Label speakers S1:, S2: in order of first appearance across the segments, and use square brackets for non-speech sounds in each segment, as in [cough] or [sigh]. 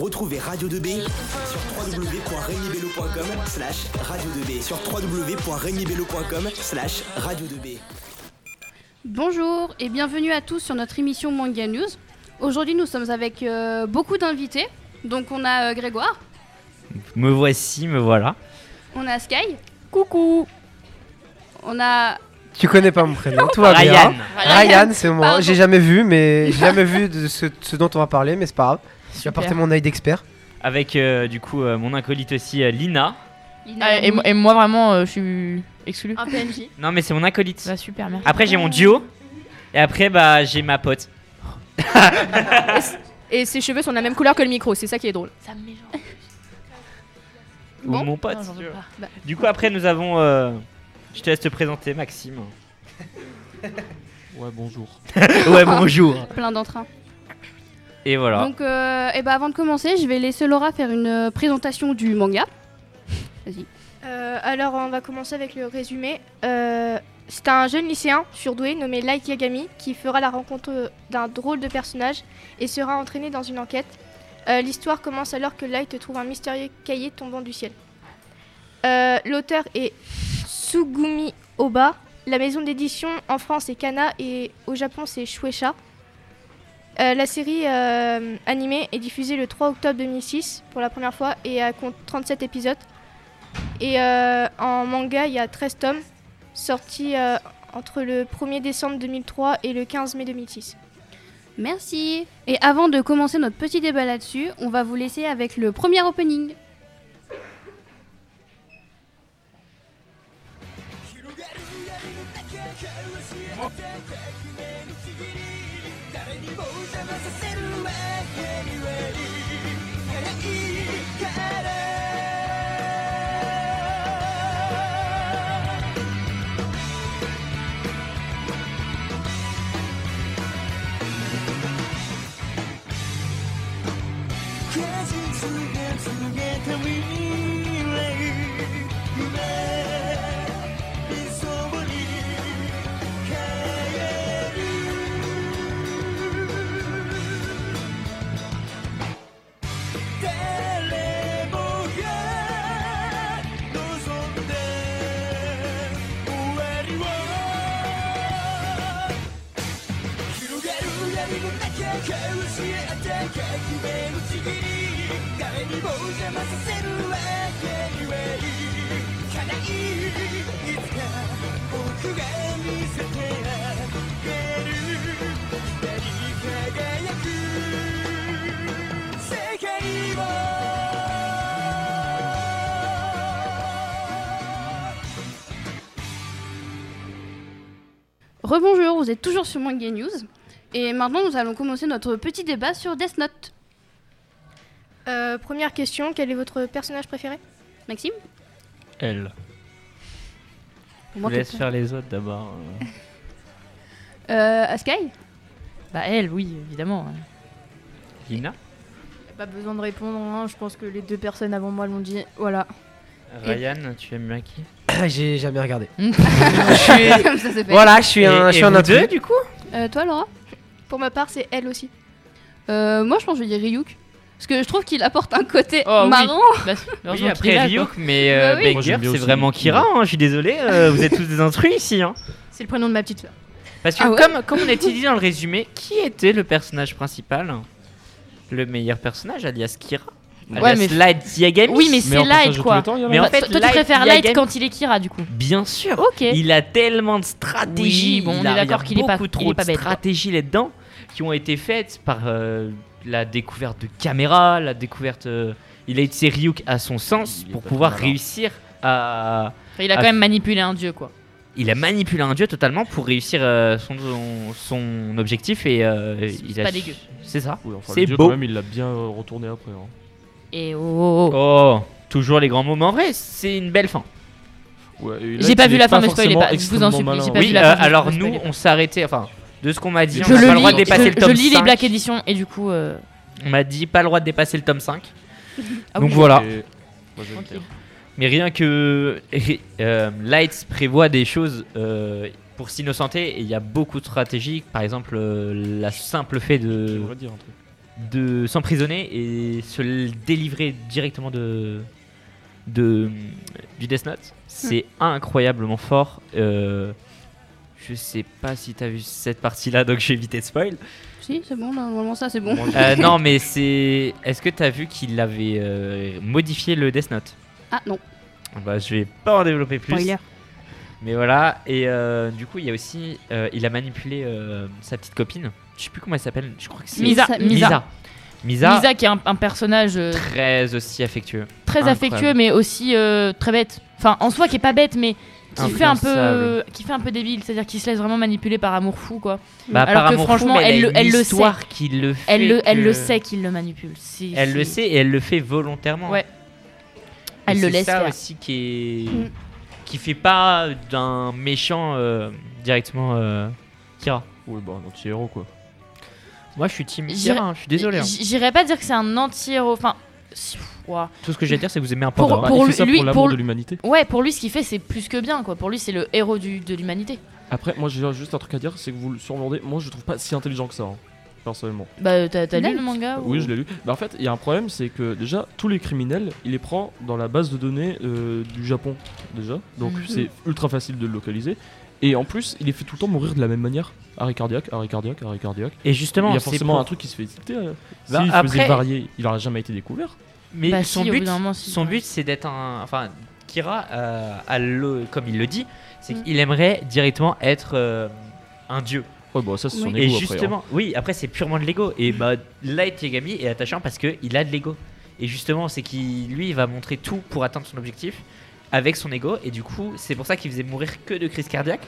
S1: Retrouvez Radio 2B sur www.regnibello.com slash radio 2B sur www.regnibello.com slash radio 2B.
S2: Bonjour et bienvenue à tous sur notre émission Manga News. Aujourd'hui, nous sommes avec euh, beaucoup d'invités. Donc, on a euh, Grégoire,
S3: Me voici, me voilà.
S2: on a Sky,
S4: Coucou
S2: on a.
S5: Tu connais pas mon prénom, tout va
S3: Ryan.
S5: bien. Ryan, c'est moi.
S2: Pardon.
S5: J'ai jamais vu,
S3: [laughs]
S5: mais j'ai jamais vu de ce, ce dont on va parler, mais c'est pas grave. Je vais
S4: Super.
S5: apporter mon œil d'expert. [clears throat]
S3: Avec euh, du coup euh, mon acolyte aussi, euh, Lina.
S2: Lina,
S4: Ah, et, mo- et moi vraiment euh, je suis exclu.
S6: Un PNJ.
S3: Non, mais c'est mon acolyte.
S4: Bah super merci.
S3: Après, j'ai mon duo. Et après, bah, j'ai ma pote.
S6: Et ses cheveux sont de la même couleur que le micro, c'est ça qui est drôle.
S4: Ça me met genre.
S3: Ou
S2: Bon.
S3: mon pote.
S4: Non, Ah, j'en veux pas.
S3: du coup, après, nous avons. euh, Je te laisse te présenter, Maxime. [laughs] ouais, bonjour. [laughs] ouais, bonjour.
S2: plein d'entrain.
S3: Et voilà.
S2: Donc, euh, eh ben, avant de commencer, je vais laisser Laura faire une euh, présentation du manga.
S7: Euh, alors, on va commencer avec le résumé. Euh, c'est un jeune lycéen surdoué nommé Light Yagami qui fera la rencontre d'un drôle de personnage et sera entraîné dans une enquête. Euh, L'histoire commence alors que Light trouve un mystérieux cahier tombant du ciel. Euh, L'auteur est Tsugumi Oba. La maison d'édition en France est Kana et au Japon c'est Shueisha. Euh, la série euh, animée est diffusée le 3 octobre 2006 pour la première fois et euh, compte 37 épisodes. Et euh, en manga, il y a 13 tomes sortis euh, entre le 1er décembre 2003 et le 15 mai 2006.
S2: Merci. Et avant de commencer notre petit débat là-dessus, on va vous laisser avec le premier opening. Rebonjour, vous êtes toujours sur Manga News. Et maintenant, nous allons commencer notre petit débat sur Death Note.
S7: Euh, première question, quel est votre personnage préféré
S2: Maxime
S3: Elle.
S2: Pour moi,
S3: laisse
S2: quelqu'un.
S3: faire les autres d'abord.
S2: Euh, Sky
S4: Bah elle oui évidemment.
S3: Lina.
S6: Pas besoin de répondre, hein, je pense que les deux personnes avant moi l'ont dit. Voilà.
S3: Ryan, tu aimes bien qui
S5: j'ai jamais regardé.
S4: Je suis-
S2: [laughs] Comme ça c'est fait.
S5: Voilà, je suis
S3: Et-
S5: un,
S3: et
S5: je suis un
S3: vous
S5: intrus.
S3: deux, du coup
S2: Euh, toi, Laura
S7: Pour ma part, c'est elle aussi.
S2: Euh, Moi, je pense que je vais dire Ryuk. Parce que je trouve qu'il apporte un côté
S4: Oh, oui.
S2: marrant.
S4: Bah,
S3: Oui,
S4: heureusement qu'il est
S3: après
S4: là,
S3: Ryuk,
S4: quoi.
S3: mais euh,
S2: Bah oui.
S8: Moi,
S3: Baker,
S8: j'aime bien
S3: c'est
S8: aussi.
S3: vraiment Kira, hein, je suis désolé, euh, vous êtes tous des intrus ici. Hein.
S6: C'est le prénom de ma petite soeur.
S3: Parce que
S2: Ah ouais
S3: comme, comme on a été dit dans le résumé, qui était le personnage principal Le meilleur personnage, alias Kira
S4: Ouais,
S3: alias
S4: mais-
S3: Light Yagami
S4: Oui mais c'est
S8: Meilleur personnage
S4: light
S8: de tous
S4: quoi.
S8: les temps, il y en a.
S3: Mais en
S4: Bah,
S3: fait,
S4: toi, toi, tu
S3: Light
S4: préfères light
S3: Yagan-
S4: quand il est Kira du coup.
S3: Bien sûr
S4: Ok.
S3: Il a tellement de stratégies
S4: Oui, bon, on
S3: il a-
S4: est d'accord
S3: il a
S4: qu'il est pas-
S3: beaucoup
S4: il
S3: trop
S4: est pas
S3: de
S4: bête, quoi.
S3: stratégies là-dedans qui ont été faites par euh, la découverte de caméras, la découverte... euh, il a utilisé Ryuk à son sens
S8: Il est
S3: pour
S8: pas
S3: pouvoir
S8: très malin.
S3: réussir à...
S4: Enfin, il a
S3: Ah.
S4: quand même manipulé un dieu quoi.
S3: il a manipulé un dieu totalement pour réussir euh, son, son, son objectif et euh,
S4: C'est
S3: il a
S4: pas dégueu.
S3: C'est ça.
S8: Oui, enfin,
S3: C'est
S8: le dieu,
S3: beau.
S8: quand même, il l'a bien euh, retourné après. hein.
S4: Et oh, oh, oh.
S3: Oh, toujours les grands mots, mais en vrai, c'est une belle fin.
S8: Ouais, et là,
S4: J'ai pas
S8: il
S4: vu
S8: est
S4: la fin, me spoilez
S8: forcément
S4: pas, je vous en
S8: extrêmement
S4: supplie,
S8: malin.
S4: j'ai pas
S8: Oui,
S3: Oui,
S4: vu la
S3: euh,
S4: fin, je
S3: alors
S4: me
S3: nous,
S4: spoilais.
S3: on s'est arrêté. Enfin, de ce qu'on m'a dit,
S8: Je
S3: on n'a pas
S8: le
S3: le
S8: lis,
S3: droit de dépasser
S4: je,
S3: le tome
S4: je lis
S3: 5.
S4: les Black Edition et du coup. euh,
S3: On m'a dit pas le droit de dépasser le tome 5.
S4: [laughs] ah
S3: Donc
S4: oui,
S3: voilà.
S8: et- euh, moi, j'aime
S4: ok. Euh,
S8: bien.
S3: Mais rien que euh, Lights prévoit des choses euh, pour s'innocenter, et il y a beaucoup de stratégies. Par exemple, euh, la simple fait
S8: Je
S3: de
S8: devrais dire un truc.
S3: de s'emprisonner et se l- délivrer directement de, de du Death Note. C'est incroyablement fort. Euh, je sais pas si t'as vu cette partie-là, donc j'ai évité de spoil.
S2: Si, c'est bon, là, normalement ça c'est bon.
S8: [laughs]
S3: Euh, non, mais c'est. Est-ce que t'as vu qu'il avait euh, modifié le Death Note
S2: Ah non,
S3: Bah, je vais pas en développer plus.
S2: spoiler.
S3: Mais voilà, et euh, du coup, il y a aussi. euh, il a manipulé euh, sa petite copine. Je sais plus comment elle s'appelle. Je crois que c'est.
S4: Misa, Misa.
S3: Misa. Misa,
S4: Lisa qui est un, un personnage euh,
S3: très aussi affectueux.
S4: très
S3: incroyable.
S4: affectueux mais aussi euh, très bête. Enfin en soi qui est pas bête mais qui fait un peu euh, qui fait un peu débile, c'est-à-dire qui se laisse vraiment manipuler par amour fou quoi.
S3: Bah,
S4: Alors
S3: par
S4: que
S3: amour
S4: franchement,
S3: fou, mais
S4: elle
S3: a
S4: le-
S3: une
S4: elle le sait.
S3: histoire qui le fait
S4: Elle le, elle
S3: que-
S4: le sait qu'il le manipule. C'est-
S3: Elle le
S4: c'est-
S3: sait et elle le fait volontairement.
S4: Ouais. Elle
S3: Et
S4: le
S3: c'est
S4: laisse
S3: ça
S4: faire.
S3: aussi qui est...
S2: Mm.
S3: qui fait pas d'un méchant euh, directement euh, Kira.
S8: Oui, bah, un anti-héros, quoi.
S3: Moi, je suis team
S4: J'irais-
S3: Kira, hein, je suis désolé. hein.
S4: J- J'irais pas dire que c'est un anti-héros. Enfin, si- ouah.
S3: Tout ce que j'ai à dire, c'est que vous aimez un
S4: Pour-
S3: Pandora.
S8: Bah,
S4: pour
S8: il
S4: lui-
S8: fait ça
S4: lui-
S8: pour
S4: pour
S8: l'amour de
S4: lui-
S8: l'humanité.
S4: Ouais, pour lui, ce qu'il fait, c'est plus que bien, quoi. Pour lui, c'est le héros du- de l'humanité.
S8: Après, moi, j'ai juste un truc à dire, c'est que vous le survendez. Moi, je le trouve pas si intelligent que ça, hein, personnellement.
S3: euh,
S4: Bah, t'as t'as lu
S2: Nice.
S4: le manga ou-
S8: Oui, je l'ai lu. Bah, en fait, il y a un problème, c'est que déjà, tous les criminels, il les prend dans la base de données euh, du Japon, déjà. Donc,
S4: Mhm.
S8: c'est ultra facile de le localiser. Et en plus, il les fait tout le temps mourir de la même manière. Arrêt cardiaque, arrêt cardiaque, arrêt cardiaque.
S3: Et justement,
S8: il y a
S3: c'est
S8: forcément
S3: pour-
S8: un truc qui se fait hésiter. euh.
S3: Bah,
S8: S'il faisait
S3: après-
S8: varier, il aurait jamais été découvert.
S3: Mais
S4: Bah
S3: son
S4: si, au
S3: but,
S4: bout d'un moment, si,
S3: son
S4: ouais.
S3: but, c'est d'être un. Enfin, Kira, euh, a le- comme il le dit, c'est
S4: Mm.
S3: qu'il aimerait directement être euh, un dieu.
S8: Ouais, bah, ça, c'est son
S2: Oui.
S3: Et
S8: ego après,
S3: justement, oui, après c'est purement de l'ego. Et bah, Light Yagami est attachant parce que il a de l'ego. Et justement, c'est qu'il, lui, il va montrer tout pour atteindre son objectif avec son ego. Et du coup, c'est pour ça qu'il faisait mourir que de crise cardiaque.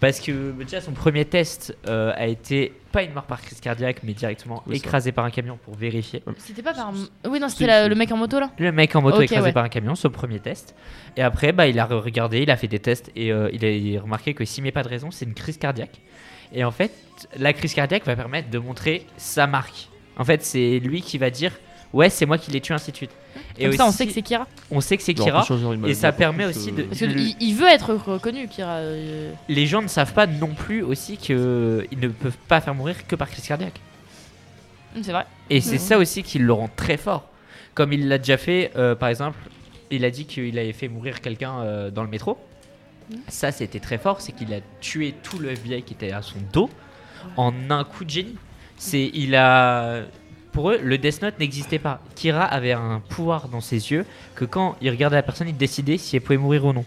S3: Parce que déjà, son premier test euh, a été pas une mort par crise cardiaque, mais directement
S8: Oui, ça.
S3: écrasé par un camion pour vérifier.
S4: C'était pas par. Oui, non,
S8: Si,
S4: c'était la-
S8: si.
S4: le mec en moto là.
S3: Le mec en moto
S4: Ok,
S3: écrasé
S4: ouais.
S3: par un camion, ce premier test. Et après, bah, il a re- regardé, il a fait des tests et euh, il a il a remarqué que s'il met pas de raison, c'est une crise cardiaque. Et en fait, la crise cardiaque va permettre de montrer sa marque. En fait, c'est lui qui va dire Ouais, c'est moi qui l'ai tué, ainsi de suite. Et
S4: Comme ça, on
S3: aussi,
S4: sait que c'est Kira.
S3: on sait que c'est
S8: Il aurait pu
S3: Kira.
S8: choisir une maladie
S3: ça
S8: n'importe
S3: permet
S8: laquelle,
S3: aussi
S8: euh,
S3: de-
S4: Parce qu'il
S3: Le-
S4: il veut être reconnu, Kira. euh,
S3: Les gens ne savent pas non plus aussi qu'ils ne peuvent pas faire mourir que par crise cardiaque.
S4: C'est vrai.
S3: Et c'est ça aussi qui le rend très fort. Comme il l'a déjà fait, euh, par exemple, il a dit qu'il avait fait mourir quelqu'un euh, dans le métro.
S4: Mm.
S3: Ça, c'était très fort, c'est qu'il a tué tout le FBI qui était à son dos en un coup de génie. C'est, il a, pour eux, le Death Note n'existait pas. Kira avait un pouvoir dans ses yeux que quand il regardait la personne, il décidait si elle pouvait mourir ou non.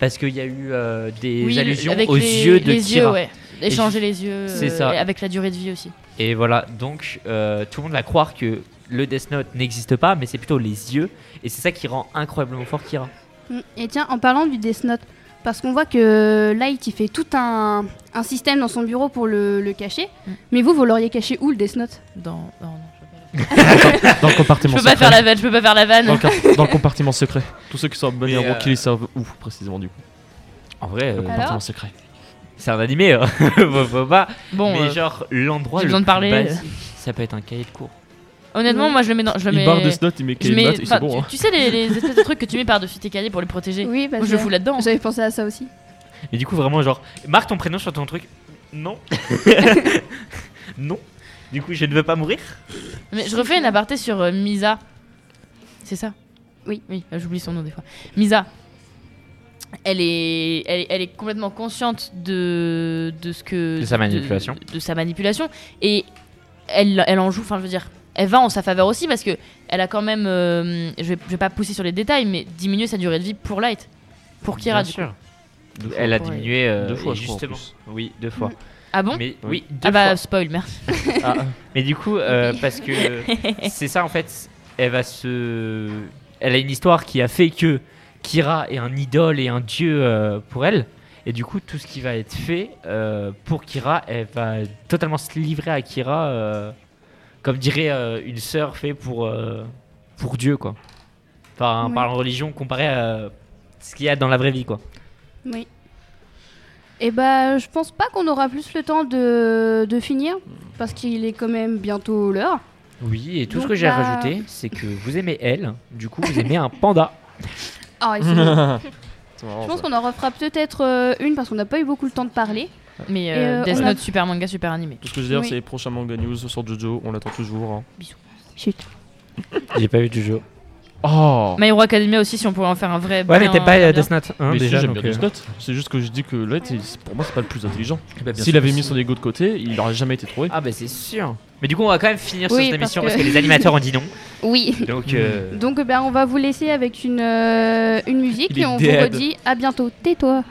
S3: Parce qu'il y a eu euh, des
S4: Oui, le-
S3: allusions
S4: avec
S3: aux
S4: les-
S3: yeux de
S4: les
S3: Kira.
S4: yeux, ouais. Échanger les yeux.
S3: C'est
S4: euh,
S3: ça.
S4: et Avec la durée de vie aussi.
S3: Et voilà, donc euh, tout le monde va croire que le Death Note n'existe pas, mais c'est plutôt les yeux, et c'est ça qui rend incroyablement fort Kira.
S2: Mm. Et tiens, en parlant du Death Note, parce qu'on voit que Light il fait tout un, un système dans son bureau pour le, le cacher,
S4: Mm.
S2: mais vous, vous l'auriez caché où le Death Note
S4: Dans. Non, non, je peux pas.
S8: Dans le compartiment
S4: Je peux pas
S8: secret.
S4: faire la vanne, je peux pas faire la
S8: Dans
S4: vanne.
S8: le, car- dans le compartiment secret. Tous ceux qui sont abonnés
S3: Mais,
S8: à
S3: euh,
S8: Rocky, ils savent où précisément du coup.
S3: En vrai,
S8: Le
S3: euh,
S8: compartiment secret.
S3: c'est un animé, hein. [laughs] faut- faut pas.
S4: Bon,
S3: mais
S4: euh,
S3: genre l'endroit
S4: j'ai
S3: le
S4: besoin de
S3: plus
S4: parler.
S3: basique, ça peut être un cahier de cours.
S4: honnêtement, moi je le mets dans. Je le
S8: Il barre
S4: mets.
S8: des snots, il met
S4: je
S8: Kevin
S4: mets-
S8: Matt et c'est
S4: enfin,
S8: bon. hein.
S4: Tu tu sais, les les espèces de trucs que tu mets par-dessus tes cahiers pour les protéger.
S2: Oui, bah,
S4: Moi, je le fous là-dedans.
S2: J'avais pensé à ça aussi.
S3: Et du coup, vraiment, genre, marque ton prénom sur ton truc.
S4: [laughs]
S3: Non. [laughs] non. Du coup, je ne veux pas mourir.
S4: Mais je refais une aparté sur euh, Misa. C'est ça
S2: Oui.
S4: Oui, euh, j'oublie son nom des fois. Misa. Elle est, elle, est- elle est complètement consciente de, de ce que.
S3: De sa manipulation.
S4: De, de sa manipulation. Et elle, elle en joue, enfin je veux dire. Elle va en sa faveur aussi parce que elle a quand même. euh, je, vais, je vais pas pousser sur les détails, mais diminuer sa durée de vie pour Light. Pour Kira, du coup.
S8: Deux fois.
S3: Elle a
S4: Ouais.
S3: diminué euh,
S8: Deux fois,
S3: et
S8: je crois, en
S3: justement.
S8: plus.
S3: oui, deux fois.
S4: Ah bon
S3: Mais oui, deux
S4: Ah bah,
S3: fois.
S4: spoil, merci.
S8: Ah,
S3: Mais du coup, euh,
S2: [laughs]
S3: parce que c'est ça en fait, elle va se. Elle a une histoire qui a fait que Kira est un idole et un dieu euh, pour elle. Et du coup, tout ce qui va être fait euh, pour Kira, elle va totalement se livrer à Kira, euh, comme dirait euh, une sœur fait pour, euh, pour Dieu, quoi. Par,
S2: Ouais.
S3: par la religion comparé à ce qu'il y a dans la vraie vie, quoi.
S2: Oui. Et bah, je pense pas qu'on aura plus le temps de, de finir, parce qu'il est quand même bientôt l'heure.
S3: Oui, et tout ce
S2: Donc,
S3: que j'ai à
S2: bah-
S3: rajouter, c'est que vous aimez elle, du coup, vous aimez un panda.
S2: Ah, et c'est- [laughs]
S8: c'est marrant,
S2: je pense
S8: ça.
S2: qu'on en refera peut-être euh, une, parce qu'on n'a pas eu beaucoup le temps de parler.
S4: Mais
S2: Et,
S4: euh,
S2: euh,
S4: Death
S2: on a-
S4: Note, super manga, super animé.
S8: Tout ce que je veux dire,
S2: Oui.
S8: c'est prochain manga news sur Jojo, on l'attend toujours. hein.
S9: J'ai pas vu du jeu.
S8: Oh
S4: My Hero Academia aussi, si on pouvait en faire un vrai.
S9: Ouais, mais
S4: bien-
S9: t'es pas
S4: bien.
S9: euh, Death Note 1
S3: hein,
S8: Mais si,
S9: déjà.
S8: j'aime
S9: donc,
S8: bien
S9: euh,
S8: Death Note, c'est juste que je dis que Light, il- pour moi, c'est pas le plus intelligent.
S3: Bah, bien
S8: S'il
S3: sûr.
S8: avait mis son ego de côté, il aurait jamais été trouvé.
S3: Ah bah c'est sûr. Mais du coup on va quand même finir
S2: Oui,
S3: sur cette
S2: parce
S3: émission
S2: que-
S3: parce que les [laughs] animateurs ont dit non.
S2: Oui.
S3: Donc euh,
S2: Donc euh, ben, on va vous laisser avec une, euh, une musique
S8: Il est
S2: et on
S8: dead.
S2: vous redit à bientôt. Tais-toi.